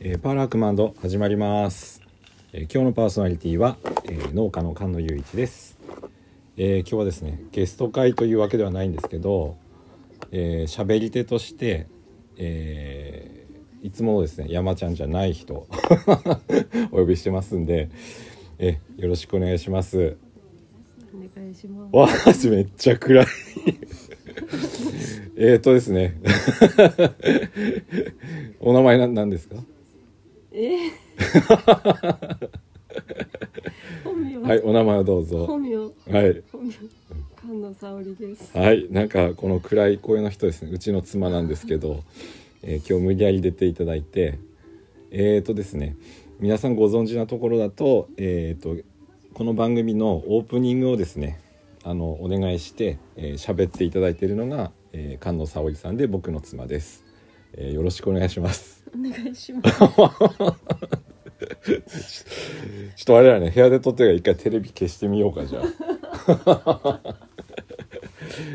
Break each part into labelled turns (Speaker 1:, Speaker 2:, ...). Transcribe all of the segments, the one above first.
Speaker 1: えーパーラークマンド始まります、えー今日のパーソナリティは、えー農家の菅野雄一です、えー今日はですねゲスト会というわけではないんですけどえー喋、り手として、えーいつものですね山ちゃんじゃない人 お呼びしてますんで、えーよろしくお願いします
Speaker 2: お願いします。
Speaker 1: わあめっちゃ暗い えーとですね お名前な何ですか
Speaker 2: えー本名、
Speaker 1: はい、お名前をどうぞ。
Speaker 2: 本名、
Speaker 1: はい。
Speaker 2: 本名、菅野沙織です。
Speaker 1: はい、なんかこの暗い声の人ですね。うちの妻なんですけど、えー今日無理やり出ていただいて、えーとですね、皆さんご存知なところだと、えーとこの番組のオープニングをですね、あのお願いしてえー喋、っていただいているのが、えー、菅野沙織さんで僕の妻です。えーよろしくお願いします。
Speaker 2: お願いします。
Speaker 1: ちょっとあれだね部屋で撮ってるから一回テレビ消してみようかじゃあ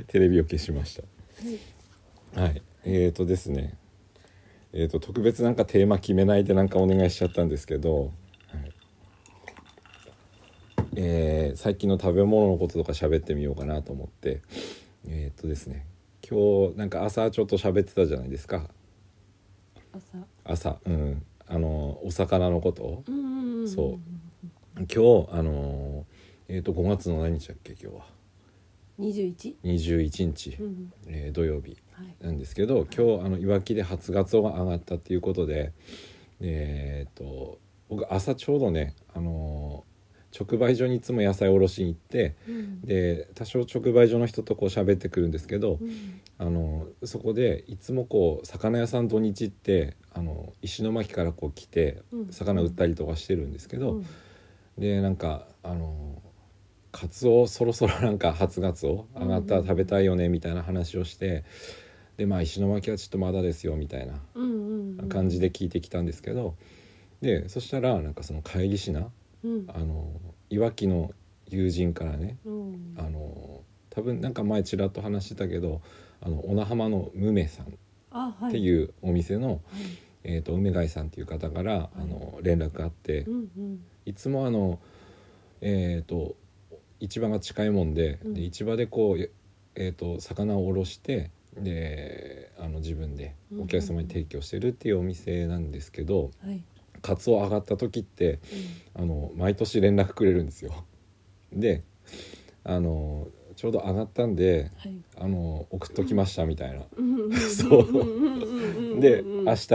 Speaker 1: テレビを消しましたはいえーとですねえーと特別なんかテーマ決めないでなんかお願いしちゃったんですけど、はいえー最近の食べ物のこととか喋ってみようかなと思ってえーとですね今日なんか朝ちょっと喋ってたじゃないですか
Speaker 2: 朝。
Speaker 1: 朝うんあのお魚のこと
Speaker 2: うんうんうん。
Speaker 1: そう今日あのーえっ、と5月の何日だっけ今日は
Speaker 2: 二十一。
Speaker 1: 21日、
Speaker 2: うんうん。
Speaker 1: えー土曜日
Speaker 2: はい。
Speaker 1: なんですけど今日あのいわきで初ガツオが上がったっていうことでえっ、と僕朝ちょうどねあのー直売所にいつも野菜おろしに行って
Speaker 2: うん。
Speaker 1: で多少直売所の人とこう喋ってくるんですけど、
Speaker 2: うん。
Speaker 1: あのそこでいつもこう魚屋さん土日ってあの石巻からこう来て
Speaker 2: うん
Speaker 1: 魚売ったりとかしてるんですけど、
Speaker 2: うん
Speaker 1: でなんかあのカツオそろそろ なんか初ガツオ上がったら食べたいよねみたいな話をしてでまあ石巻はちょっとまだですよみたいな
Speaker 2: うんうん。
Speaker 1: 感じで聞いてきたんですけどでそしたらなんかその会議士な
Speaker 2: うん。
Speaker 1: あのいわきの友人からね
Speaker 2: うん。
Speaker 1: あの多分なんか前ちらっと話してたけどあの小名浜のムメさん
Speaker 2: あ、はい。
Speaker 1: って
Speaker 2: う。
Speaker 1: いうお店の、
Speaker 2: はい。
Speaker 1: えー、と梅貝さんっていう方から、あの連絡があって、
Speaker 2: うんうん。
Speaker 1: いつもあのえっ、と市場が近いもんで,、
Speaker 2: うん
Speaker 1: で市場でこう、えー、と魚を卸してであの自分でお客様に提供してるっていうお店なんですけど、
Speaker 2: はい。
Speaker 1: カツオ上がった時ってあの毎年連絡くれるんですよ。 であのちょうど上がったんで
Speaker 2: はい。
Speaker 1: あの送っときましたみたいな。
Speaker 2: うんうん。
Speaker 1: そう
Speaker 2: うんうんうんうん。
Speaker 1: で
Speaker 2: うん
Speaker 1: 明日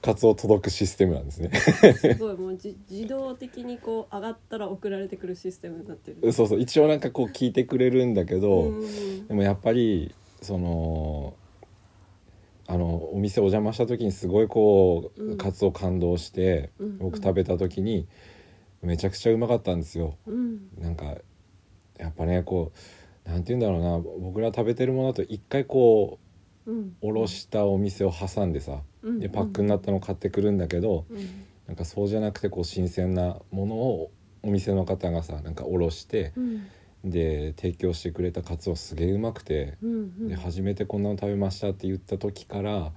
Speaker 1: カツオ届くシステムなんですね
Speaker 2: すごい、もう、じ、自動的にこう、上がったら、送られてくるシステムになってる。
Speaker 1: そうそう一応なんかこう聞いてくれるんだけど、
Speaker 2: うんうん
Speaker 1: でもやっぱりそのあのお店お邪魔した時にすごいこう、
Speaker 2: うん
Speaker 1: カツオ感動して、
Speaker 2: うん
Speaker 1: 僕食べた時にめちゃくちゃうまかったんですよ
Speaker 2: うん。うん。
Speaker 1: なんかやっぱねこうなんて言うんだろうな僕ら食べてるものだと一回こう
Speaker 2: うん。
Speaker 1: おろしたお店を挟んでさ
Speaker 2: うん。
Speaker 1: でパックになったの買ってくるんだけど、
Speaker 2: うん。
Speaker 1: なんかそうじゃなくてこう新鮮なものをお店の方がさなんかおろして
Speaker 2: うん。
Speaker 1: で提供してくれたカツオすげえうまくて
Speaker 2: うんうん。
Speaker 1: で初めてこんなの食べましたって言った時から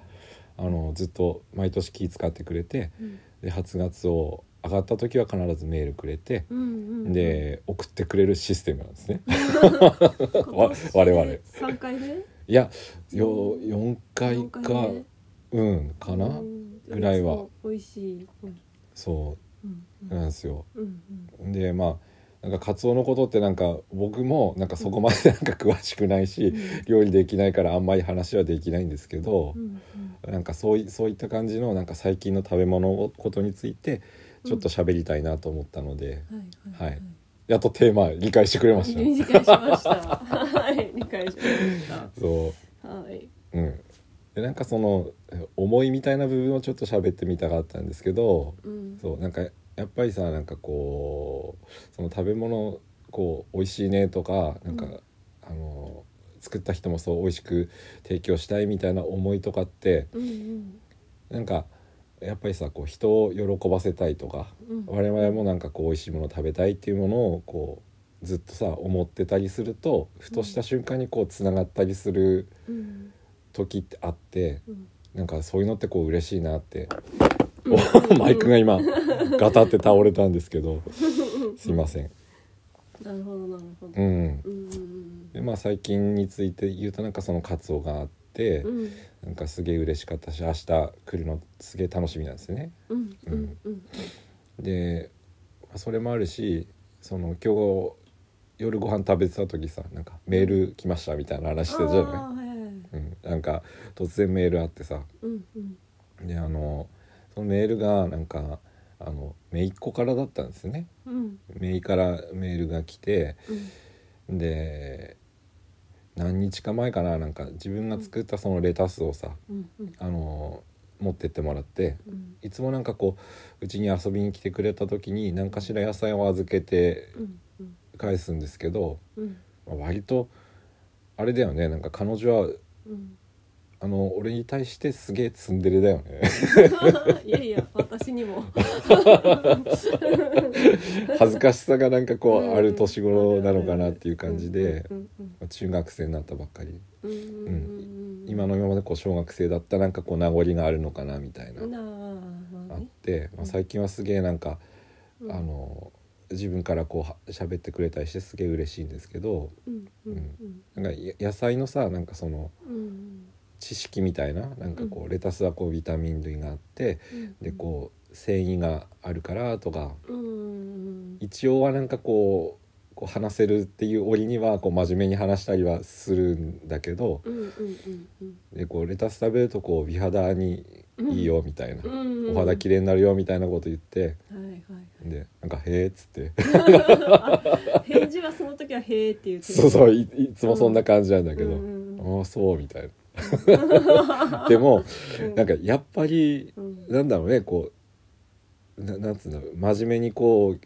Speaker 1: あのずっと毎年気使ってくれて
Speaker 2: うん
Speaker 1: で初ガツオ上がった時は必ずメールくれて
Speaker 2: うんうんうん、
Speaker 1: で送ってくれるシステムなんですね。
Speaker 2: 今年
Speaker 1: わ我々
Speaker 2: 三回目
Speaker 1: いやよ4回
Speaker 2: 四
Speaker 1: か
Speaker 2: 目
Speaker 1: うんかな
Speaker 2: うん
Speaker 1: ぐらいは
Speaker 2: そう美味しいうん
Speaker 1: そ
Speaker 2: うん
Speaker 1: うなんですよ。
Speaker 2: うん
Speaker 1: でまあなんかカツオのことってなんか僕もなんかそこまでなんか詳しくないし、料理できないからあんまり話はできないんですけど
Speaker 2: う、ん
Speaker 1: なんかそういそういった感じのなんか最近の食べ物のことについてちょっと喋りたいなと思ったので、
Speaker 2: うんはい
Speaker 1: はいやっとテーマ理解してくれました、
Speaker 2: 理解しましたはい理解しま
Speaker 1: そ
Speaker 2: したはい、
Speaker 1: ううんでなんかその思いみたいな部分をちょっと喋ってみたかったんですけど
Speaker 2: うん、
Speaker 1: そうなんかやっぱりさなんかこうその食べ物こう美味しいねとかなんか、
Speaker 2: うん
Speaker 1: あの作った人もそう美味しく提供したいみたいな思いとかって
Speaker 2: うんうん
Speaker 1: なんかやっぱりさこう人を喜ばせたいとか
Speaker 2: うん
Speaker 1: 我々もなんかこう美味しいもの食べたいっていうものをこうずっとさ思ってたりするとふとした瞬間にこうつながったりする
Speaker 2: うん
Speaker 1: 時ってあって
Speaker 2: うん
Speaker 1: なんかそういうのってこう嬉しいなってお マイクが今ガタって倒れたんですけどすいません。
Speaker 2: なるほどなるほど
Speaker 1: う。ん、
Speaker 2: うんうん
Speaker 1: でまあ最近について言うとなんかその活動があって、
Speaker 2: うんうん
Speaker 1: なんかすげえ嬉しかったし明日来るのすげえ楽しみなんですね。
Speaker 2: うんうんうん
Speaker 1: でまあそれもあるしその今日夜ご飯食べてた時さなんかメール来ましたみたいな話してたじゃ
Speaker 2: あ
Speaker 1: な
Speaker 2: ーはいはいはい
Speaker 1: い、うん、なんか突然メールあってさ
Speaker 2: うんうん
Speaker 1: であのそのメールがなんかあの姪っ子からだったんですね
Speaker 2: うん
Speaker 1: 姪からメールが来て
Speaker 2: うん
Speaker 1: で何日か前かななんか自分が作ったそのレタスをさ
Speaker 2: うんうん
Speaker 1: あの持ってってもらって
Speaker 2: うん
Speaker 1: いつもなんかこううちに遊びに来てくれた時に何かしら野菜を預けて
Speaker 2: うんうん
Speaker 1: 返すんですけど、
Speaker 2: うん
Speaker 1: まあ割とあれだよねなんか彼女は
Speaker 2: うん
Speaker 1: あの俺に対してすげえツンデレだよ ね
Speaker 2: いやいや私にも
Speaker 1: 恥ずかしさがなんかこ
Speaker 2: うん
Speaker 1: うある年頃なのかなっていう感じで、
Speaker 2: うんうん
Speaker 1: まあ中学生になったばっかり
Speaker 2: うんうんうんうん
Speaker 1: 今の今までこう小学生だったなんかこう名残があるのかなみたいな、
Speaker 2: なあま
Speaker 1: あ
Speaker 2: あ
Speaker 1: っ
Speaker 2: ね
Speaker 1: て、まあ、最近はすげえなんか、
Speaker 2: うん
Speaker 1: あの自分からこうは喋ってくれたりしてすげえ嬉しいんですけど
Speaker 2: うんうんうん
Speaker 1: なんかや野菜のさなんかその
Speaker 2: うん
Speaker 1: 知識みたいななんかこ
Speaker 2: う
Speaker 1: うレタスはこうビタミン類があって。
Speaker 2: うん
Speaker 1: でこう繊維があるからとか
Speaker 2: うんうん
Speaker 1: 一応はなんかこうこう話せるっていう折にはこう真面目に話したりはするんだけど
Speaker 2: うんうんうん
Speaker 1: でこうレタス食べるとこう美肌にいいよみたいな、
Speaker 2: うん
Speaker 1: お肌綺麗になるよみたいなこと言って
Speaker 2: はいはい
Speaker 1: でなんか「へえ」っつって
Speaker 2: はい返事はその時は「へえ」っていう
Speaker 1: そう
Speaker 2: う
Speaker 1: そういいつもそんな感じなんだ
Speaker 2: だ
Speaker 1: けど「
Speaker 2: うん
Speaker 1: ああそう」みたいな。 でもなんかやっぱり
Speaker 2: うん
Speaker 1: なんだろうねこうななんつうんだろう真面目にこう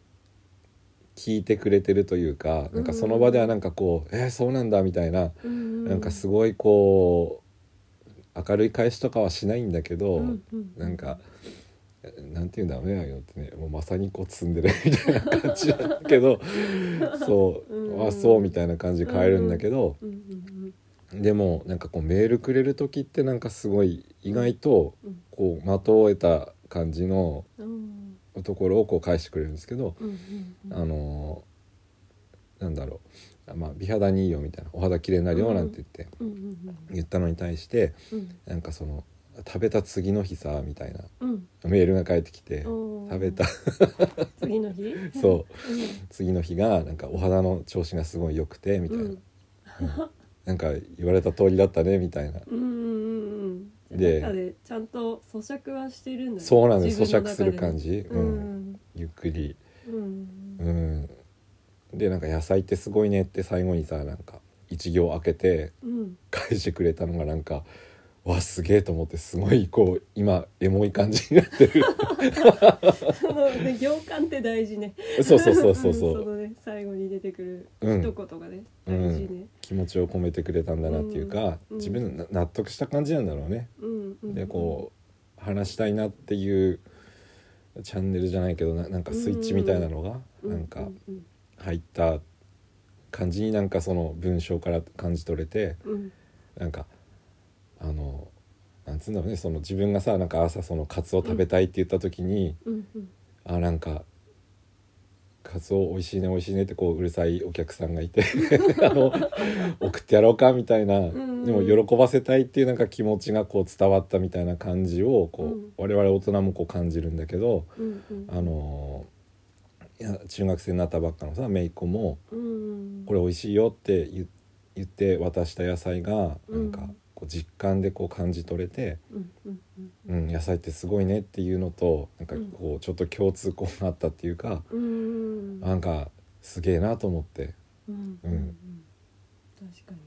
Speaker 1: 聞いてくれてるというかなんかその場ではなんかこう「えーそうなんだ」みたいな、
Speaker 2: うん
Speaker 1: なんかすごいこう明るい返しとかはしないんだけど、
Speaker 2: うんうん
Speaker 1: なんか。なんて言うんだろうねああいうのってねもうまさにこう積んでるみたいな感じなんだけ どそう、
Speaker 2: うん
Speaker 1: あそうみたいな感じで変えるんだけど、
Speaker 2: うんうん
Speaker 1: でもなんかこうメールくれる時ってなんかすごい意外と
Speaker 2: うんうん
Speaker 1: こう的を得た感じの
Speaker 2: うん
Speaker 1: ところをこう返してくれるんですけど、
Speaker 2: うんうんうん
Speaker 1: あのーなんだろうあまあ美肌にいいよみたいなお肌綺麗になるよなんて言って
Speaker 2: うんうん
Speaker 1: 言ったのに対して
Speaker 2: うん
Speaker 1: なんかその食べた次の日さみたいな
Speaker 2: うん
Speaker 1: メールが返ってきて
Speaker 2: おー
Speaker 1: 食べ た
Speaker 2: 次の日
Speaker 1: そう次の日がなんかお肌の調子がすごい良くてみたいな、
Speaker 2: うん
Speaker 1: なんか言われた通りだったねみたいな
Speaker 2: うんうんうん
Speaker 1: で
Speaker 2: で中でちゃんと咀嚼はしてるんだね
Speaker 1: そうなんです
Speaker 2: 自
Speaker 1: 咀
Speaker 2: 分
Speaker 1: 嚼
Speaker 2: の中
Speaker 1: する感じ、
Speaker 2: う
Speaker 1: うん
Speaker 2: ん
Speaker 1: ゆっくり、
Speaker 2: うん
Speaker 1: うん、でなんか野菜ってすごいねって最後にさなんか一行開けて
Speaker 2: うん
Speaker 1: 返してくれたのがなんかわあすげえと思ってすごいこう今エモい感じになって る
Speaker 2: で行間って大事ね
Speaker 1: そうそうそうそうそ
Speaker 2: ん そうのね最後に出てくる
Speaker 1: うん
Speaker 2: 一言がね、
Speaker 1: うん
Speaker 2: 大事ね
Speaker 1: 気持ちを込めてくれたんだなっていうか、
Speaker 2: うん
Speaker 1: 自分のな納得した感じなんだろうね、
Speaker 2: うんうん
Speaker 1: でこう話したいなっていうチャンネルじゃないけどななんかスイッチみたいなのが
Speaker 2: う
Speaker 1: なんか
Speaker 2: うん
Speaker 1: 入った感じになんかその文章から感じ取れて
Speaker 2: うん
Speaker 1: なんかあのなんつうんだろうねその自分がさなんか朝そのカツオ食べたいって言った時に、
Speaker 2: うんうん
Speaker 1: あなんかカツオ美味しいね美味しいねってこううるさいお客さんがいてあの送ってやろうかみたいな、
Speaker 2: ん
Speaker 1: でも喜ばせたいっていうなんか気持ちがこう伝わったみたいな感じをこう、
Speaker 2: うん
Speaker 1: 我々大人もこう感じるんだけど、
Speaker 2: うんうん
Speaker 1: あのいや中学生になったばっかのさ姪っ子も
Speaker 2: うん
Speaker 1: 「これ美味しいよ」って言言って渡した野菜がなんかこう実感でこう感じ取れて、
Speaker 2: うんうんうん
Speaker 1: うん、野菜ってすごいねっていうのとなんかこうちょっと共通項があったっていうか。
Speaker 2: うん
Speaker 1: なんかすげえなと思って、
Speaker 2: うん
Speaker 1: う
Speaker 2: うんん確かに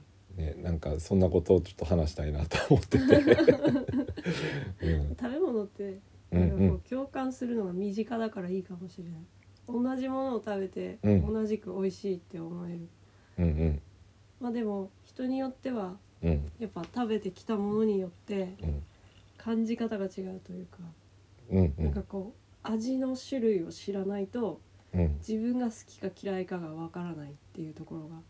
Speaker 1: ね、なんかそんなことをちょっと話したいなと思 ってて、うん、
Speaker 2: 食べ物って
Speaker 1: うん
Speaker 2: なんかこ
Speaker 1: うん
Speaker 2: う共感するのが身近だからいいかもしれない同じものを食べて
Speaker 1: うん
Speaker 2: 同じく美味しいって思える
Speaker 1: うん
Speaker 2: まあでも人によっては
Speaker 1: うんうん
Speaker 2: やっぱ食べてきたものによって
Speaker 1: うん
Speaker 2: 感じ方が違うというか、
Speaker 1: うんう
Speaker 2: なんか
Speaker 1: ん
Speaker 2: こう味の種類を知らないと
Speaker 1: うん
Speaker 2: 自分が好きか嫌いかがわからないっていうところが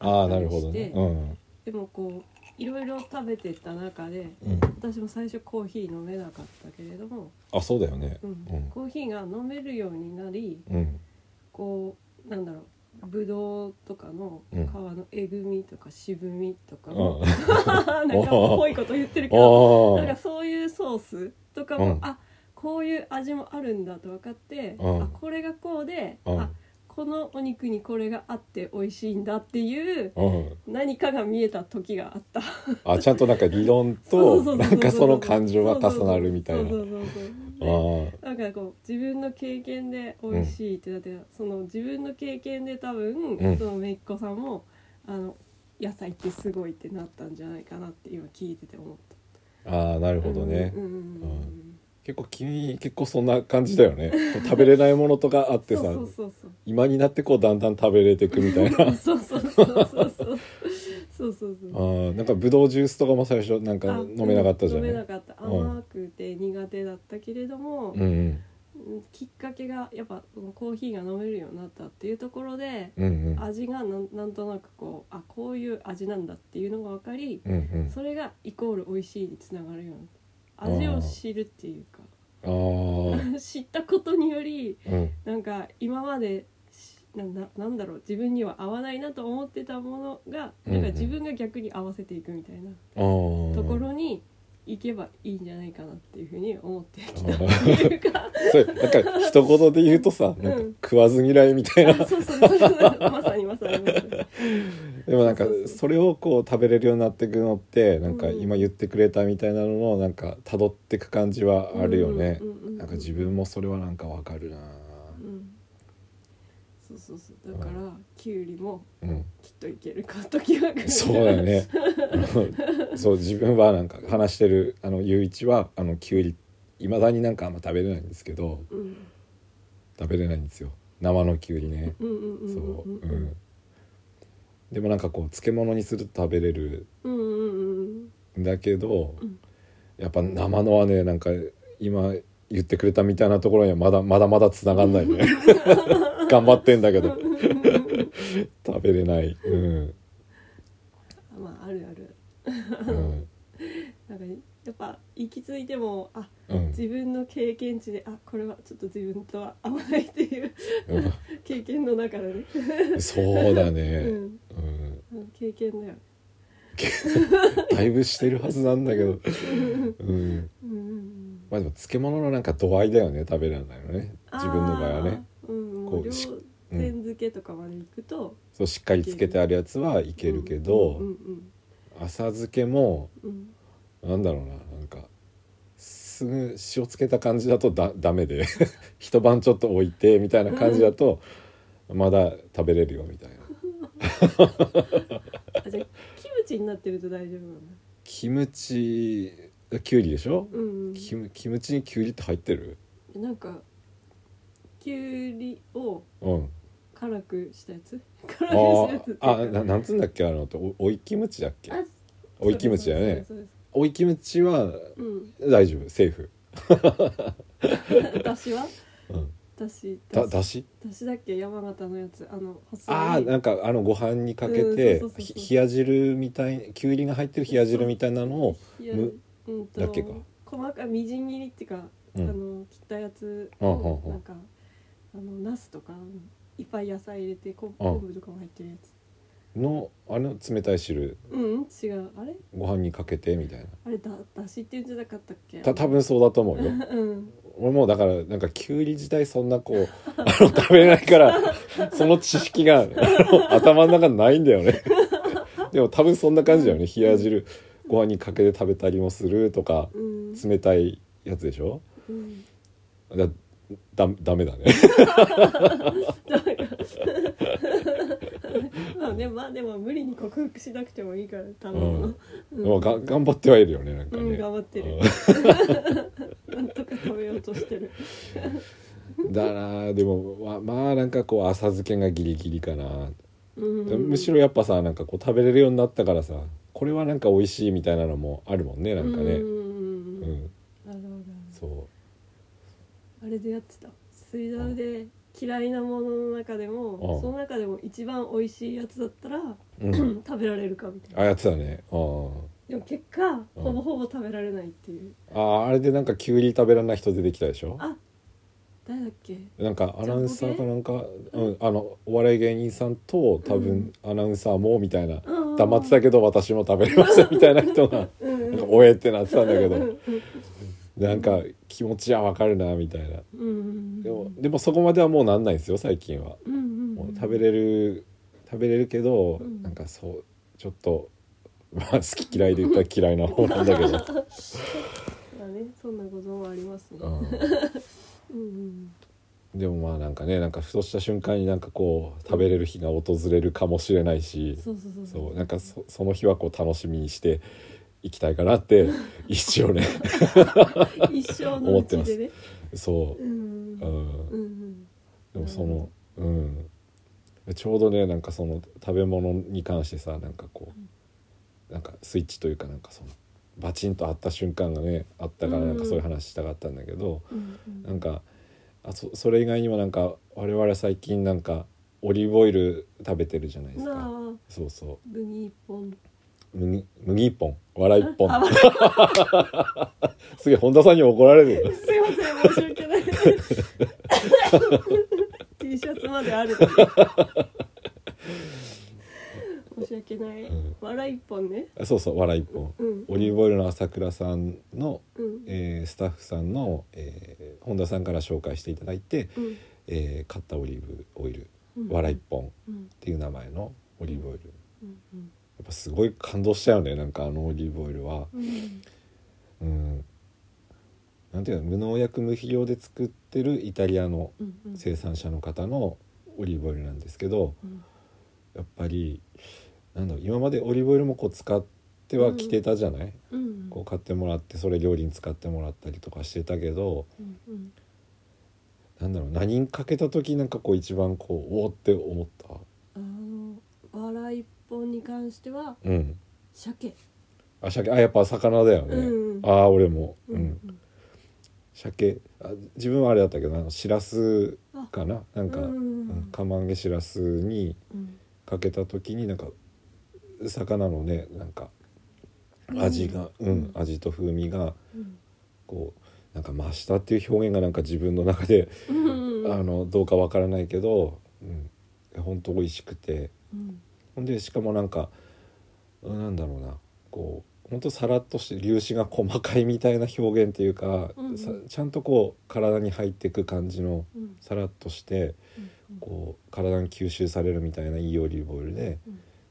Speaker 1: ああなるほどね、うん
Speaker 2: でもこういろいろ食べてた中で
Speaker 1: うん、
Speaker 2: 私も最初コーヒー飲めなかったけれども、
Speaker 1: あそうだよね
Speaker 2: うんコーヒーが飲めるようになり
Speaker 1: うん、うん、
Speaker 2: こうなんだろうぶどうとかの皮
Speaker 1: うん
Speaker 2: のえぐみとか渋みとか、
Speaker 1: あ
Speaker 2: なんかぽいこと言ってるけどなんか
Speaker 1: あ
Speaker 2: そういうソースとかも、
Speaker 1: うん
Speaker 2: あこういう味もあるんだと分かって、
Speaker 1: うん
Speaker 2: あこれがこうで、
Speaker 1: うん
Speaker 2: あこのお肉にこれがあって美味しいんだっていう
Speaker 1: うん
Speaker 2: 何かが見えた時があった
Speaker 1: あちゃんとなんか理論
Speaker 2: そう
Speaker 1: と
Speaker 2: そうそう
Speaker 1: なんかその感情が重なるみたいな
Speaker 2: そうそうそう
Speaker 1: あ
Speaker 2: そう
Speaker 1: ー
Speaker 2: なんかこう自分の経験で美味しいってだって、その自分の経験で多分、
Speaker 1: うん
Speaker 2: そのめいっ子さんもあの野菜ってすごいってなったんじゃないかなって今聞いてて思った。
Speaker 1: あーなるほどね
Speaker 2: うんうんうんうんうん
Speaker 1: 結構君結構そんな感じだよねこう食べれないものとかあってさ
Speaker 2: そうそうそうそう。
Speaker 1: 今になってこうだんだん食べれてくみたいな あ
Speaker 2: そうそうそうそうそう。そうそうそう。
Speaker 1: ーなんかブドウジュースとかも最初なんか
Speaker 2: あ
Speaker 1: 飲めなかったじゃ
Speaker 2: 飲
Speaker 1: ない
Speaker 2: めなかった。
Speaker 1: うん
Speaker 2: 甘くて苦手だったけれども、
Speaker 1: うんうん
Speaker 2: うんきっかけがやっぱそのコーヒーが飲めるようになったっていうところで、
Speaker 1: うんうん
Speaker 2: 味がなんなんとなくこうあこういう味なんだっていうのが分かり、
Speaker 1: うんうん
Speaker 2: それがイコール美味しいにつながるように味を知るっていうか。
Speaker 1: あー
Speaker 2: 知ったことにより
Speaker 1: うん
Speaker 2: なんか今までしなんだなんだろう自分には合わないなと思ってたものが
Speaker 1: うん
Speaker 2: な
Speaker 1: うん
Speaker 2: んか自分が逆に合わせていくみたいな
Speaker 1: あー
Speaker 2: ところに行けばいいんじゃないかなっていうふうに思ってきたっていうか
Speaker 1: それなんか一言で言うとさなんか
Speaker 2: うん
Speaker 1: 食わず嫌いみたいな、
Speaker 2: あそうそうそうそうまさにまさにまさに
Speaker 1: でもなんか
Speaker 2: そうそうそう
Speaker 1: それをこう食べれるようになっていくのってなんか
Speaker 2: うん
Speaker 1: 今言ってくれたみたいなののなんか辿ってく感じはあるよね、
Speaker 2: うんうんうんうん
Speaker 1: なんか自分もそれはなんかわかるな
Speaker 2: うんそうそうそうだからキュウリも
Speaker 1: うん
Speaker 2: きっといけるかときは来る
Speaker 1: そうだねうんそう自分はなんか話してるあのゆういちはあのきゅうりいまだになんかあんま食べれないんですけど
Speaker 2: うん
Speaker 1: 食べれないんですよ生のきゅうりね
Speaker 2: うんうんうん
Speaker 1: そうう、
Speaker 2: ん
Speaker 1: うん、でもなんかこう漬物にすると食べれる
Speaker 2: うんうんうん
Speaker 1: だけど、
Speaker 2: うん
Speaker 1: やっぱ生のはねなんか今言ってくれたみたいなところにはまだまだまだつながんない ね頑張ってんだけど食べれない、うん
Speaker 2: うんまああるある
Speaker 1: うん
Speaker 2: なんかやっぱ行き着いてもあ
Speaker 1: うん
Speaker 2: 自分の経験値であこれはちょっと自分とは合わないっていう 経験の中でね、
Speaker 1: うん、そうだ
Speaker 2: う
Speaker 1: ね、
Speaker 2: ん、
Speaker 1: うん、
Speaker 2: 経験だよ、
Speaker 1: だいぶしてるはずなんだけど、うん、
Speaker 2: うんうんうん、
Speaker 1: まあでも漬物のなんか度合いだよね食べられないのね自分の場合はね
Speaker 2: あー、うん、も
Speaker 1: こ
Speaker 2: う
Speaker 1: う
Speaker 2: 両
Speaker 1: し
Speaker 2: 点漬けとかまで行くと
Speaker 1: そうしっかり漬けてあるやつはいけるけど、
Speaker 2: うんうん
Speaker 1: 浅漬けも
Speaker 2: うんうん、
Speaker 1: なんだろうななんかすぐ塩つけた感じだとだダメで 一晩ちょっと置いてみたいな感じだとまだ食べれるよみたいな
Speaker 2: あじゃあキムチになってると大丈夫なの
Speaker 1: キムチきゅうりでしょ、
Speaker 2: うん
Speaker 1: キムキムチにきゅうりって入ってる
Speaker 2: うん、なんかきゅうりを
Speaker 1: うん
Speaker 2: 辛くしたやつ辛
Speaker 1: あ
Speaker 2: くしたやつっ
Speaker 1: ー
Speaker 2: て
Speaker 1: あななんつうんだっけあのとおおいキムチだっけおいキムチだよね
Speaker 2: そうです
Speaker 1: おいキムチは
Speaker 2: そうですうん
Speaker 1: 大丈夫セーフ
Speaker 2: だしは
Speaker 1: うん
Speaker 2: だし
Speaker 1: だだし
Speaker 2: だしだっけ山形のやつあの細い
Speaker 1: ああなんかあのご飯にかけ
Speaker 2: うん
Speaker 1: て
Speaker 2: そうそうそうそう
Speaker 1: ひ冷や汁みたいきゅうりが入ってる冷や汁みたいなのを
Speaker 2: いや
Speaker 1: む
Speaker 2: うんと
Speaker 1: だっけか
Speaker 2: 細かいみじん切りっていうか、
Speaker 1: うん
Speaker 2: あの切ったやつ
Speaker 1: うんうんうん
Speaker 2: なんかあのナスとかいっぱい野菜入れてこ
Speaker 1: うん
Speaker 2: 昆布とかも入ってるやつ
Speaker 1: のあの冷たい汁
Speaker 2: うん、うん、違うあれ
Speaker 1: ご飯にかけてみたいな
Speaker 2: あれだだしって言うんじゃなかったっけ
Speaker 1: た多分そうだと思うよ
Speaker 2: うん
Speaker 1: 俺もだからなんかきゅうり自体そんなこ うあの食べれないからその知識があの頭の中にないんだよねでも多分そんな感じだよね冷や汁ご飯にかけて食べたりもするとか
Speaker 2: うん、
Speaker 1: 冷たいやつでしょ
Speaker 2: うん、
Speaker 1: だだダメだ ね
Speaker 2: だからまあねまあでも無理に克服しなくてもいいから多分、
Speaker 1: うん
Speaker 2: うん
Speaker 1: でもが頑張ってはいるよねなんか
Speaker 2: う
Speaker 1: ね、
Speaker 2: ん、頑張ってるなんとか食べようとしてる
Speaker 1: うんだなでもまあまあなんかこう浅漬けがギリギリかな
Speaker 2: む
Speaker 1: むしろやっぱさなんかこう食べれるようになったからさこれはなんか美味しいみたいなのもあるもんねなんかねう
Speaker 2: う
Speaker 1: ん
Speaker 2: ん、
Speaker 1: うん
Speaker 2: あるあるある
Speaker 1: そ
Speaker 2: あれでやってた水道で嫌いなものの中でも
Speaker 1: ああ
Speaker 2: その中でも一番美味しいやつだったら
Speaker 1: うん、
Speaker 2: 食べられるかみたいな
Speaker 1: あやつだねあ
Speaker 2: でも結果ほぼほぼ食べられないっていう
Speaker 1: あああれでなんかキュウリ食べられない人出てきたでしょ
Speaker 2: あ誰だっけ
Speaker 1: なんかアナウンサーかなんか、うん、あのお笑い芸人さんと多分アナウンサーもみたいな、
Speaker 2: うん
Speaker 1: 黙ってたけど私も食べれましたみたいな人が
Speaker 2: うんう
Speaker 1: なん
Speaker 2: ん
Speaker 1: か おえってなってたんだけ
Speaker 2: う
Speaker 1: ど
Speaker 2: んうん
Speaker 1: なんか気持ちはわかるなみたいな
Speaker 2: うん
Speaker 1: でもでもそこまではもうなんないんですよ最近は。
Speaker 2: うんうん
Speaker 1: もう食べれる食べれるけど、
Speaker 2: うん
Speaker 1: なんかそうちょっとまあ好き嫌いで言ったら嫌いな方なんだけ ど、
Speaker 2: まあねそんなご存はありますねうん
Speaker 1: う
Speaker 2: うん
Speaker 1: ん、でもまあなんかねなんかふとした瞬間になんかこう食べれる日が訪れるかもしれないし
Speaker 2: そうそうそう
Speaker 1: そうなんかそその日はこう楽しみにしていきたいかな って一応ね
Speaker 2: 一生のうちでね
Speaker 1: そ
Speaker 2: う
Speaker 1: う、う
Speaker 2: んう
Speaker 1: ん、
Speaker 2: んうん
Speaker 1: でもそのうんちょうどねなんかその食べ物に関してさなんかこうなんかスイッチというかなんかそのバチンとあった瞬間がねあったから
Speaker 2: うん
Speaker 1: なんかそういう話したかったんだけど、
Speaker 2: うんうん
Speaker 1: なんかあそそれ以外にもなんか我々最近なんかオリーブオイル食べてるじゃないですか。
Speaker 2: なあ
Speaker 1: そうそ
Speaker 2: グニーポン
Speaker 1: う麦麦一本笑い一本すげえ本田さんに怒られる
Speaker 2: すいません申し訳ない T シャツまであるって申し訳ない、
Speaker 1: ん
Speaker 2: 笑い一本ね
Speaker 1: あそうそう笑い一本
Speaker 2: うん
Speaker 1: オリーブオイルの朝倉さんの
Speaker 2: うん
Speaker 1: えースタッフさんの、えー本田さんから紹介していただいて、
Speaker 2: うん
Speaker 1: えー買ったオリーブオイル「
Speaker 2: うん
Speaker 1: わら一本」っ
Speaker 2: うん
Speaker 1: ていう名前のオリーブオイルや
Speaker 2: うんうん
Speaker 1: っぱすごい感動したよねなんかあのオリーブオイルは
Speaker 2: うん
Speaker 1: うんなんていうの無農薬無肥料で作ってるイタリアの
Speaker 2: うんうん
Speaker 1: 生産者の方のオリーブオイルなんですけど
Speaker 2: うん
Speaker 1: やっぱりなんだろう今までオリーブオイルもこう使ってはきてたじゃない、
Speaker 2: うん
Speaker 1: こう買ってもらってそれ料理に使ってもらったりとかしてたけど、
Speaker 2: うんうん
Speaker 1: なんだろう何にかけた時なんかこう一番こうおおって思った
Speaker 2: あの笑い一本に関しては
Speaker 1: うん
Speaker 2: 鮭
Speaker 1: あ鮭あやっぱ魚だよね、
Speaker 2: うん
Speaker 1: ああ俺もう、
Speaker 2: うんん
Speaker 1: 鮭あ自分はあれだったけどあのしらすかななんか、
Speaker 2: うん
Speaker 1: うん釜揚げしらすに
Speaker 2: うん
Speaker 1: かけた時になんか魚のねなんか味が、うん味と風味が
Speaker 2: うん
Speaker 1: こうなんか増したっていう表現がなんか自分の中で、
Speaker 2: うんうん
Speaker 1: あのどうかわからないけど、うん、本当美味しくて。
Speaker 2: うん
Speaker 1: ほんでしかもなんかうんなんだろうなこうほんとさらっとして粒子が細かいみたいな表現というか、
Speaker 2: うんうん
Speaker 1: さちゃんとこう体に入っていく感じの
Speaker 2: うん
Speaker 1: さらっとして
Speaker 2: うん
Speaker 1: こう体に吸収されるみたいないいオリーブオイルで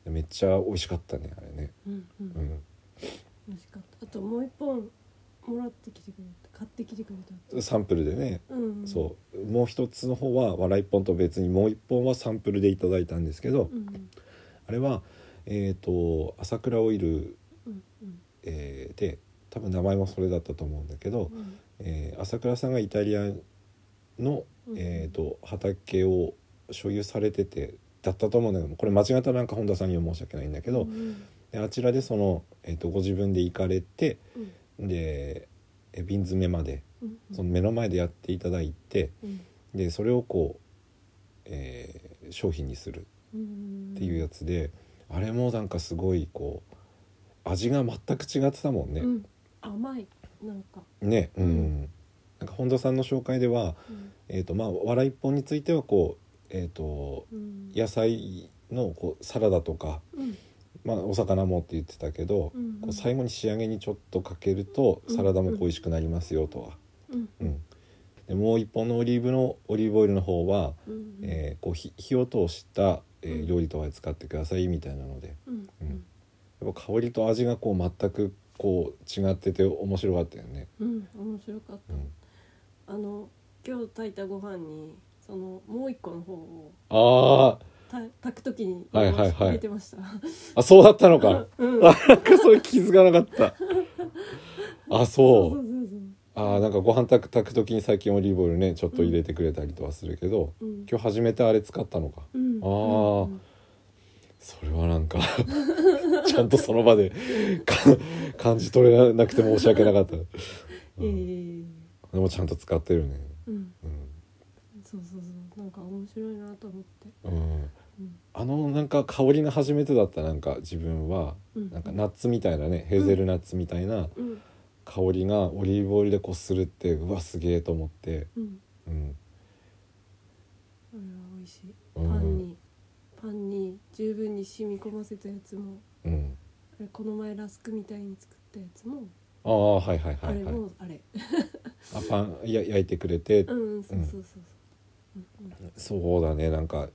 Speaker 2: うん
Speaker 1: めっちゃ美味しかったねあれね。
Speaker 2: うんうん
Speaker 1: うん
Speaker 2: 美味しかったあともう一本もらってきてくれた買ってきてくれた
Speaker 1: サンプルでね、
Speaker 2: うん
Speaker 1: そうもう一つの方は笑い本と別にもう一本はサンプルでいただいたんですけど、
Speaker 2: うん
Speaker 1: あれはえっ、と朝倉オイル、
Speaker 2: うんうん
Speaker 1: えーで多分名前もそれだったと思うんだけど、
Speaker 2: うん
Speaker 1: えー朝倉さんがイタリアの、
Speaker 2: うん
Speaker 1: えー、と畑を所有されててだったと思うんだけどこれ間違ったらなんか本田さんには申し訳ないんだけど、
Speaker 2: うん
Speaker 1: であちらでその、えー、とご自分で行かれて
Speaker 2: うん
Speaker 1: でえ瓶詰めまで
Speaker 2: うん
Speaker 1: その目の前でやっていただいて
Speaker 2: うん
Speaker 1: でそれをこう、えー商品にする
Speaker 2: うん
Speaker 1: っていうやつで、あれもなんかすごいこう味が全く違ってたもんね。
Speaker 2: うん甘いなんか
Speaker 1: ね、うん
Speaker 2: うん
Speaker 1: なんか本田さんの紹介では
Speaker 2: うん
Speaker 1: えーとまあ、わら一本についてはこう、えー、と
Speaker 2: うん
Speaker 1: 野菜のこうサラダとか、
Speaker 2: うん
Speaker 1: まあ、お魚もって言ってたけど、
Speaker 2: うん
Speaker 1: こう最後に仕上げにちょっとかけると
Speaker 2: うん
Speaker 1: サラダもこう美味しくなりますよとは、
Speaker 2: うん
Speaker 1: うんでもう一本のオリーブのオリーブオイルの方は、
Speaker 2: うん
Speaker 1: えーこうひ火を通した、え
Speaker 2: う
Speaker 1: ー
Speaker 2: ん
Speaker 1: 料理とは使ってくださいみたいなので
Speaker 2: うん
Speaker 1: うんやっぱ香りと味がこう全くこう違ってて面白かったよね。
Speaker 2: うん面白かった
Speaker 1: うん、
Speaker 2: あの今日炊いたご飯にそのもう一個の方を
Speaker 1: あー
Speaker 2: た炊くときに
Speaker 1: はいはいはい
Speaker 2: 入れてました。
Speaker 1: あそうだったのか
Speaker 2: うん
Speaker 1: あなんか そういう気づかなかったあ
Speaker 2: そう
Speaker 1: そ
Speaker 2: そう
Speaker 1: う
Speaker 2: そうそう。
Speaker 1: あーなんかご飯炊く炊く時に最近オリーブオイルねちょっと入れてくれたりとはするけど、
Speaker 2: うん
Speaker 1: 今日初めてあれ使ったのか
Speaker 2: うん
Speaker 1: あーそれはなんか ちゃんとその場でか感じ取れなくて申し訳なかったで
Speaker 2: うんうんええ
Speaker 1: もちゃんと使ってるね、
Speaker 2: うん
Speaker 1: うん、
Speaker 2: そうそうそうなんか面白いなと思って、
Speaker 1: うん、
Speaker 2: うん
Speaker 1: あのなんか香りの初めてだったなんか自分は
Speaker 2: うん、
Speaker 1: なんかナッツみたいなねヘーゼルナッツみたいな
Speaker 2: うん
Speaker 1: 香りがオリーブオイルでこうするってうわすげえと思って、
Speaker 2: うん
Speaker 1: うん、
Speaker 2: あれは美味しいパ
Speaker 1: うん
Speaker 2: ンにパンに十分に染み込ませたやつも
Speaker 1: うん、
Speaker 2: あれこの前ラスクみたいに作ったやつも、
Speaker 1: ああはいはいはい
Speaker 2: あ
Speaker 1: は
Speaker 2: れ
Speaker 1: い
Speaker 2: もあれ
Speaker 1: あパンや焼いてくれて、
Speaker 2: うんそうそうそうそう、うん
Speaker 1: そうだねなんか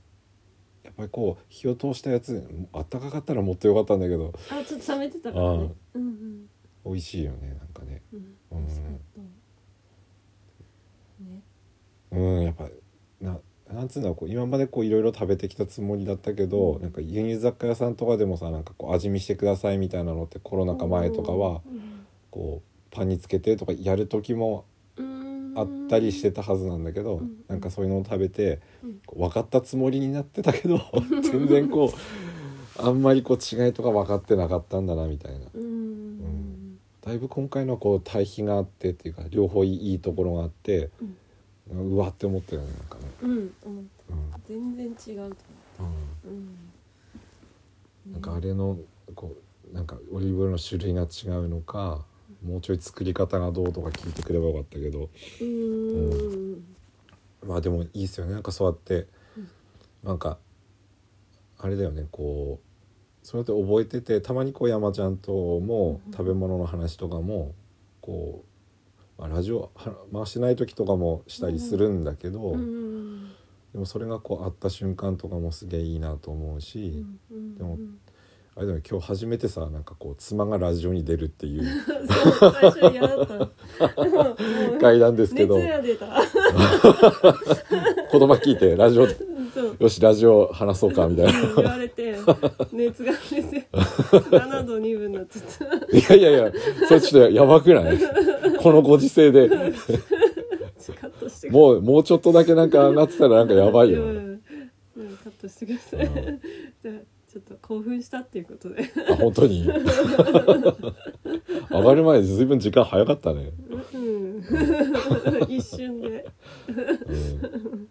Speaker 1: やっぱりこう火を通したやつあったかかったらもっとよかったんだけど
Speaker 2: うん、あちょっと冷めてたからねうんうん
Speaker 1: 美味しいよねなんかね
Speaker 2: うん
Speaker 1: うん
Speaker 2: 美味しかったね
Speaker 1: うんやっぱななんつうのこう今までこういろいろ食べてきたつもりだったけど、
Speaker 2: うん
Speaker 1: なんか輸入雑貨屋さんとかでもさなんかこう味見してくださいみたいなのってコロナ禍前とかはこうパンにつけてとかやる時も
Speaker 2: うん
Speaker 1: あったりしてたはずなんだけど、
Speaker 2: うん
Speaker 1: なんかそういうのを食べて、
Speaker 2: うん
Speaker 1: こう分かったつもりになってたけど 全然こうあんまりこう違いとか分かってなかったんだなみたいな
Speaker 2: うんうん
Speaker 1: だいぶ今回のはこう対比があってっていうか両方いいいいところがあって
Speaker 2: うん
Speaker 1: うわって思ったよねなんかね。
Speaker 2: うん思った
Speaker 1: うん
Speaker 2: 全然違うと思
Speaker 1: うん
Speaker 2: ううん
Speaker 1: なんかあれのこうなんかオリーブオイルの種類が違うのかもうちょい作り方がどうとか聞いてくればよかったけど
Speaker 2: うん
Speaker 1: まあでもいいですよねなんかそうやって
Speaker 2: うん
Speaker 1: なんかあれだよねこうそうやって覚えててたまにこう山ちゃんとも
Speaker 2: うんうん
Speaker 1: 食べ物の話とかもこう、まあ、ラジオは回してない時とかもしたりするんだけど、
Speaker 2: うん
Speaker 1: でもそれがこうあった瞬間とかもすげえいいなと思うし。
Speaker 2: うん
Speaker 1: でもあれだよね今日初めてさなんかこう妻がラジオに出るっていう
Speaker 2: そう最初嫌だったのもう
Speaker 1: 会談ですけど
Speaker 2: 熱が出た
Speaker 1: 言葉聞いてラジオ
Speaker 2: そう
Speaker 1: よしラジオ話そうかみたいない
Speaker 2: 言われて熱が出て7度2分になっちゃった
Speaker 1: やいやいやそれちょっとやばくないこのご時世で
Speaker 2: カットしてくださ
Speaker 1: もうもうちょっとだけなんか上がってたらなんかやば
Speaker 2: い
Speaker 1: いよ、ね、
Speaker 2: うんうんカットしてください
Speaker 1: うん
Speaker 2: じゃあちょっと興奮したっていうことで
Speaker 1: あ本当に上がる前に随分時間早かったね、
Speaker 2: うん 一瞬で
Speaker 1: うん、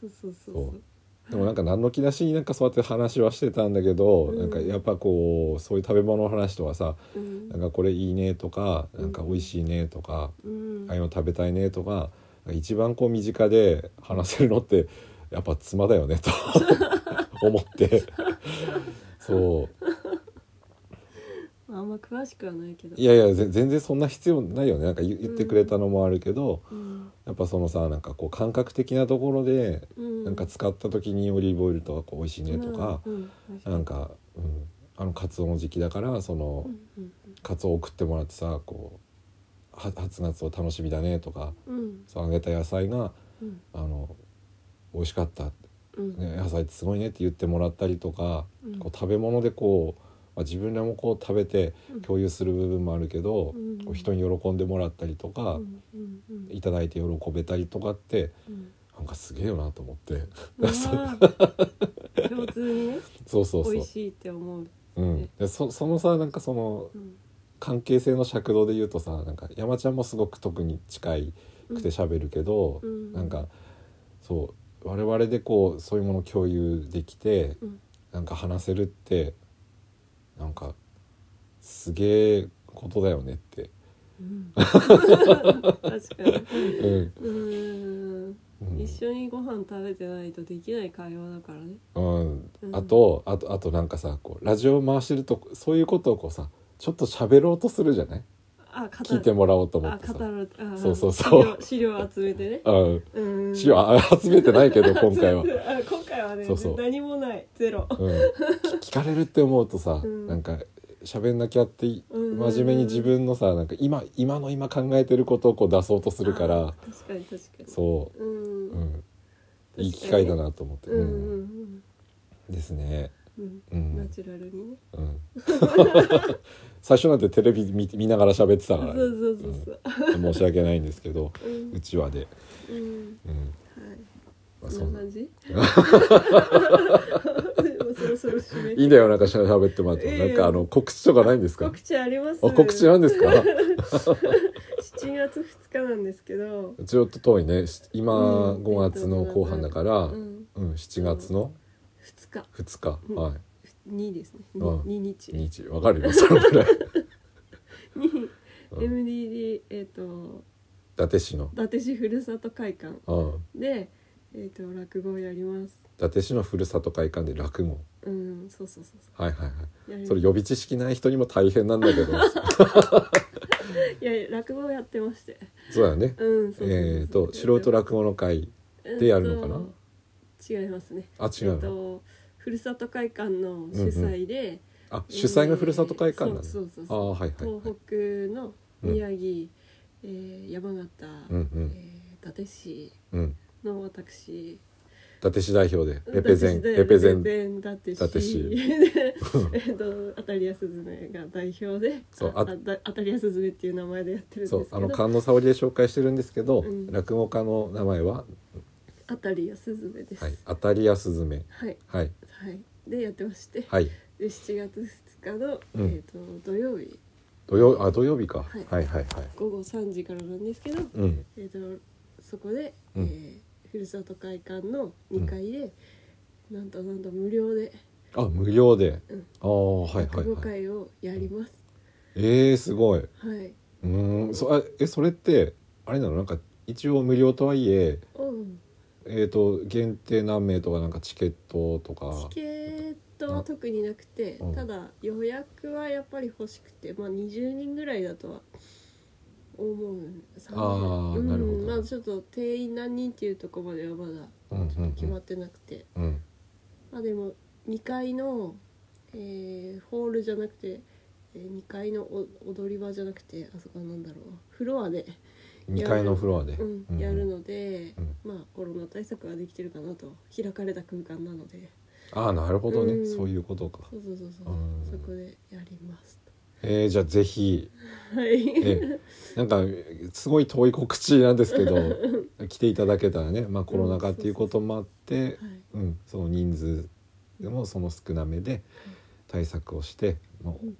Speaker 2: そうそうそう
Speaker 1: そ
Speaker 2: そう
Speaker 1: うでもなんか何の気なしになんかそうやって話はしてたんだけど、
Speaker 2: うん
Speaker 1: なんかやっぱこうそういう食べ物の話とかさ
Speaker 2: うん
Speaker 1: なんかこれいいねとかなんか美味しいねとか、
Speaker 2: うん
Speaker 1: ああいうの食べたいねとか一番こう身近で話せるのってやっぱ妻だよねと 思ってそう
Speaker 2: まああんま詳しくはないけど
Speaker 1: いやいやぜ全然そんな必要ないよねなんか言言ってくれたのもあるけど、
Speaker 2: うん
Speaker 1: やっぱそのさなんかこう感覚的なところで
Speaker 2: うん
Speaker 1: なんか使った時にオリーブオイルとかこう美味しいねとか、
Speaker 2: うん
Speaker 1: なんか、うん、あのカツオの時期だからその。
Speaker 2: うんうん
Speaker 1: カツオを送ってもらってさこうは初夏を楽しみだねとか
Speaker 2: うん
Speaker 1: そうあげた野菜が
Speaker 2: うん
Speaker 1: あの美味しかった、
Speaker 2: うん
Speaker 1: ね、野菜ってすごいねって言ってもらったりとか、
Speaker 2: うん
Speaker 1: こう食べ物でこう、まあ、自分らもこう食べて
Speaker 2: うん
Speaker 1: 共有する部分もあるけど、
Speaker 2: うん
Speaker 1: こう人に喜んでもらったりとか、
Speaker 2: うんうんうん
Speaker 1: いただいて喜べたりとかって
Speaker 2: うん
Speaker 1: なんかすげえよなと思って
Speaker 2: まあ共通にね
Speaker 1: そうそうそ
Speaker 2: 美
Speaker 1: う
Speaker 2: 味、しいって思う
Speaker 1: うん、でそそのさなんかその
Speaker 2: うん
Speaker 1: 関係性の尺度で言うとさなんか山ちゃんもすごく特に近いくて喋るけど、
Speaker 2: うん
Speaker 1: なんかそう我々でこうそういうものを共有できて、
Speaker 2: うん
Speaker 1: なんか話せるってなんかすげえことだよねって、
Speaker 2: うん確かに
Speaker 1: うん
Speaker 2: うん
Speaker 1: うん
Speaker 2: 一緒にご飯食べてないとできない会話だからね
Speaker 1: うん
Speaker 2: うん
Speaker 1: あとあとあとなんかさこうラジオ回してるとそういうことをこうさちょっと喋ろうとするじゃない
Speaker 2: あ語
Speaker 1: 聞いてもらおうと思
Speaker 2: あ
Speaker 1: ってさ
Speaker 2: 語。るあ
Speaker 1: そうそうそう
Speaker 2: 資料資料集めてね
Speaker 1: うん
Speaker 2: うん
Speaker 1: 資料あ集めてないけど今回は
Speaker 2: 集。めてあ今回はね
Speaker 1: そうそう
Speaker 2: 何もないゼロ
Speaker 1: うん、聞聞かれるって思うとさ、
Speaker 2: うん
Speaker 1: なんか喋んなきゃってい
Speaker 2: うん
Speaker 1: 真面目に自分のさなんか今今の今考えてることをこう出そうとするか
Speaker 2: あ
Speaker 1: ら
Speaker 2: 確かに確かに
Speaker 1: そうう、
Speaker 2: ん、
Speaker 1: うん、
Speaker 2: 確かに
Speaker 1: いい機会だなと思って、
Speaker 2: うんうん
Speaker 1: うんですね、
Speaker 2: うんうん
Speaker 1: う
Speaker 2: ナ
Speaker 1: ん
Speaker 2: チュラルにね
Speaker 1: うん 最初なんてテレビ見見ながら喋ってた
Speaker 2: そ
Speaker 1: からね、
Speaker 2: うそうそうそう
Speaker 1: うん申し訳ないんですけど
Speaker 2: うん
Speaker 1: うちわで、
Speaker 2: うん
Speaker 1: うん
Speaker 2: はい
Speaker 1: まあ、
Speaker 2: こ
Speaker 1: そ
Speaker 2: ん
Speaker 1: ん
Speaker 2: な
Speaker 1: な
Speaker 2: 感 じ もうそろそろ締め
Speaker 1: いいんだよなんかしゃ喋ってもらって、
Speaker 2: いいよ
Speaker 1: なんかあの告知とかないんですか
Speaker 2: 告知あります
Speaker 1: あ告知なんですか
Speaker 2: 7 1月2日なんですけど、
Speaker 1: ちょっと遠いねし今
Speaker 2: うん
Speaker 1: 5月の後半だから、う
Speaker 2: うんん、
Speaker 1: 7月の
Speaker 2: 2日
Speaker 1: 2日、
Speaker 2: うん
Speaker 1: はい
Speaker 2: 2ですね
Speaker 1: うん
Speaker 2: 2日
Speaker 1: 2日わかるよそのぐらい
Speaker 2: に
Speaker 1: うん
Speaker 2: MDD えっ、と
Speaker 1: 伊達市の、
Speaker 2: 伊達市ふるさと会館
Speaker 1: うん、伊
Speaker 2: でえっ、と落語をやります
Speaker 1: 達市のふるさと会館で落語
Speaker 2: うんそうそうそうそ
Speaker 1: はいはいは
Speaker 2: うや
Speaker 1: い
Speaker 2: り
Speaker 1: それ予備知識ない人にも大変なんだ けど
Speaker 2: いや落語をやってまして
Speaker 1: そうだね
Speaker 2: うんそうそうそう
Speaker 1: えっ、と素人落語の会でやるのかな
Speaker 2: うんと違いますね
Speaker 1: あ違う
Speaker 2: えっ
Speaker 1: の
Speaker 2: とふるさと会館の主催で、
Speaker 1: あ主催がふるさと会館なの、
Speaker 2: えーそうそうそう
Speaker 1: ああはいはいはい
Speaker 2: 東北の宮城、えー山形、
Speaker 1: うんう
Speaker 2: え
Speaker 1: ん
Speaker 2: ー伊達市
Speaker 1: うん
Speaker 2: の私
Speaker 1: 伊達市代表でレペゼンレペゼン
Speaker 2: ン伊達
Speaker 1: 伊
Speaker 2: 市
Speaker 1: 達市
Speaker 2: で えっとアタリアスズメが代表で
Speaker 1: そう
Speaker 2: あ
Speaker 1: あ
Speaker 2: あだアタリアスズメっていう名前でやってるんです
Speaker 1: そ
Speaker 2: け
Speaker 1: う
Speaker 2: ど
Speaker 1: あの観音沙織で紹介してるんですけど、
Speaker 2: うん
Speaker 1: 落語家の名前は、
Speaker 2: アタリアスズメです
Speaker 1: はい、当たりやすずめ
Speaker 2: はい
Speaker 1: はい
Speaker 2: はいでやってまして、
Speaker 1: はい
Speaker 2: で7月2日の、
Speaker 1: うん
Speaker 2: えっと土曜日
Speaker 1: 土曜あ土曜日か、
Speaker 2: はい
Speaker 1: はい、はいはい
Speaker 2: 午後3時からなんですけど、
Speaker 1: うん
Speaker 2: えっとそこで、
Speaker 1: うん
Speaker 2: えーふるさと会館の2階で、なんとなんと無料で
Speaker 1: あ無料で、
Speaker 2: うん
Speaker 1: ああはいは
Speaker 2: 落
Speaker 1: い
Speaker 2: 語
Speaker 1: はい
Speaker 2: 会をやります。
Speaker 1: えー、すごいう
Speaker 2: はい、
Speaker 1: ーんそあえそれってあれなのなんか一応無料とはいえ
Speaker 2: うん
Speaker 1: えー、と限定何名とかなんかチケットとか
Speaker 2: チケットは特になくて、
Speaker 1: うん
Speaker 2: ただ予約はやっぱり欲しくて、まあ20人ぐらいだとは思う。
Speaker 1: あー
Speaker 2: うん
Speaker 1: なるほど
Speaker 2: まあちょっと定員何人っていうところまではまだ
Speaker 1: うんうんうん
Speaker 2: 決まってなくて、
Speaker 1: うん
Speaker 2: まあでも2階の、えーホールじゃなくて。えー2階のお踊り場じゃなくてあそこはなんだろうなフロアで、
Speaker 1: 2階のフロアで、
Speaker 2: うんやるので、
Speaker 1: うん
Speaker 2: まあコロナ対策はできてるかなと開かれた空間なので
Speaker 1: ああなるほどね、
Speaker 2: うん
Speaker 1: そういうことか
Speaker 2: そうそうそうそう、
Speaker 1: うん
Speaker 2: そこでやりますと。
Speaker 1: えー、じゃあぜひ
Speaker 2: はい。
Speaker 1: ええ、なんかすごい遠い告知なんですけど 来ていただけたらね、まあ、コロナ禍っていうこともあって、
Speaker 2: はい。
Speaker 1: うん、その人数でもその少なめで対策をして、まあ
Speaker 2: うん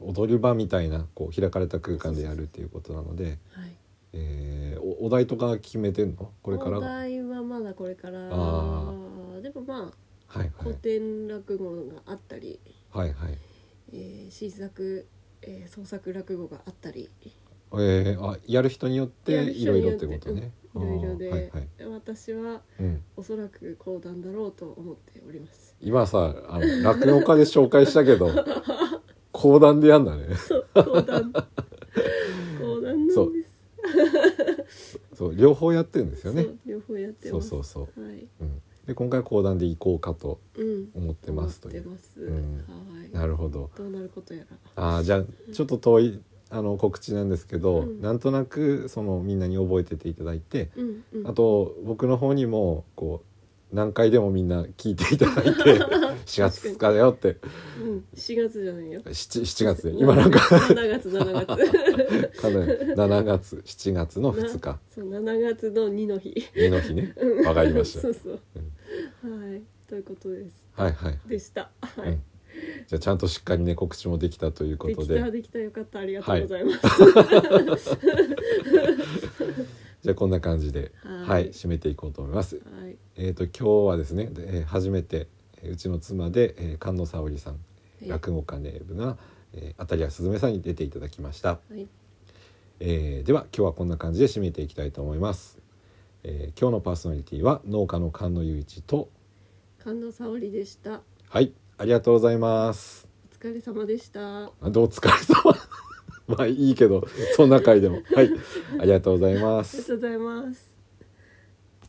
Speaker 1: 踊り場みたいなこう開かれた空間でやるっていうことなので、
Speaker 2: はい。
Speaker 1: えーおお題とか決めてんのこれから
Speaker 2: お
Speaker 1: が
Speaker 2: 題はまだこれから。
Speaker 1: あ
Speaker 2: でもまあ
Speaker 1: はいは
Speaker 2: 古
Speaker 1: い
Speaker 2: 典落語があったり、
Speaker 1: はいはい
Speaker 2: えー新作、えー創作落語があったり、
Speaker 1: えー、あやる人によって
Speaker 2: やる
Speaker 1: い
Speaker 2: 人
Speaker 1: ろ
Speaker 2: に
Speaker 1: いろっ
Speaker 2: よって
Speaker 1: てことね。
Speaker 2: いろいろで、
Speaker 1: あーはいはい
Speaker 2: 私は
Speaker 1: うん
Speaker 2: おそらく講談だろうと思っており ます。
Speaker 1: 今さあの落語家で紹介したけど 講談でやんだね
Speaker 2: そう、講談。講談な
Speaker 1: そ
Speaker 2: ん
Speaker 1: う
Speaker 2: です。
Speaker 1: そう両方やってるんですよね
Speaker 2: そう両方やって
Speaker 1: そう
Speaker 2: ます。
Speaker 1: そうそう
Speaker 2: はい。
Speaker 1: うん、で今回は講談で行こうかと
Speaker 2: うん。
Speaker 1: 思ってますとい
Speaker 2: 思って
Speaker 1: う
Speaker 2: ます。
Speaker 1: うん
Speaker 2: はい。
Speaker 1: なるほど
Speaker 2: どうなることやら。
Speaker 1: あーじゃあちょっと遠いあの告知なんですけど、
Speaker 2: うん
Speaker 1: なんとなくそのみんなに覚えてていただいて、
Speaker 2: うんうん。
Speaker 1: あと僕の方にもこう何回でもみんな聞いていただいて 4月2日だよって
Speaker 2: うん、4月じゃないよ。
Speaker 1: 7, 7月で今なんか
Speaker 2: 7月7 月。
Speaker 1: かなり7月7月の2日
Speaker 2: そう7月の2の日。
Speaker 1: 二の日ねわかりまし
Speaker 2: そうそう。
Speaker 1: う
Speaker 2: はい、ということです。
Speaker 1: たはいはい
Speaker 2: でした。は
Speaker 1: う
Speaker 2: い
Speaker 1: ん。じゃあちゃんとしっかりね告知もできたというこ
Speaker 2: で
Speaker 1: と
Speaker 2: き
Speaker 1: で
Speaker 2: たできたよかったありがとうございます。
Speaker 1: じゃあこんな感じで
Speaker 2: は
Speaker 1: はいい、締めていこうと思います
Speaker 2: はい。
Speaker 1: えっ、と今日はですね、でえー初めてえーうちの妻で、えー、菅野沙織さん落語家ネーブが、えー、当たりはすずめさんに出ていただきました、
Speaker 2: はい。
Speaker 1: えーでは今日はこんな感じで締めていきたいと思います、えー今日のパーソナリティは農家の菅野雄一と
Speaker 2: 神野沙織でした。
Speaker 1: はいありがとうございます
Speaker 2: お疲れ様でした。
Speaker 1: なんでお疲れ様 まあいいけどそんな回でもはいありがとうございま
Speaker 2: ありが
Speaker 1: す
Speaker 2: とうございます。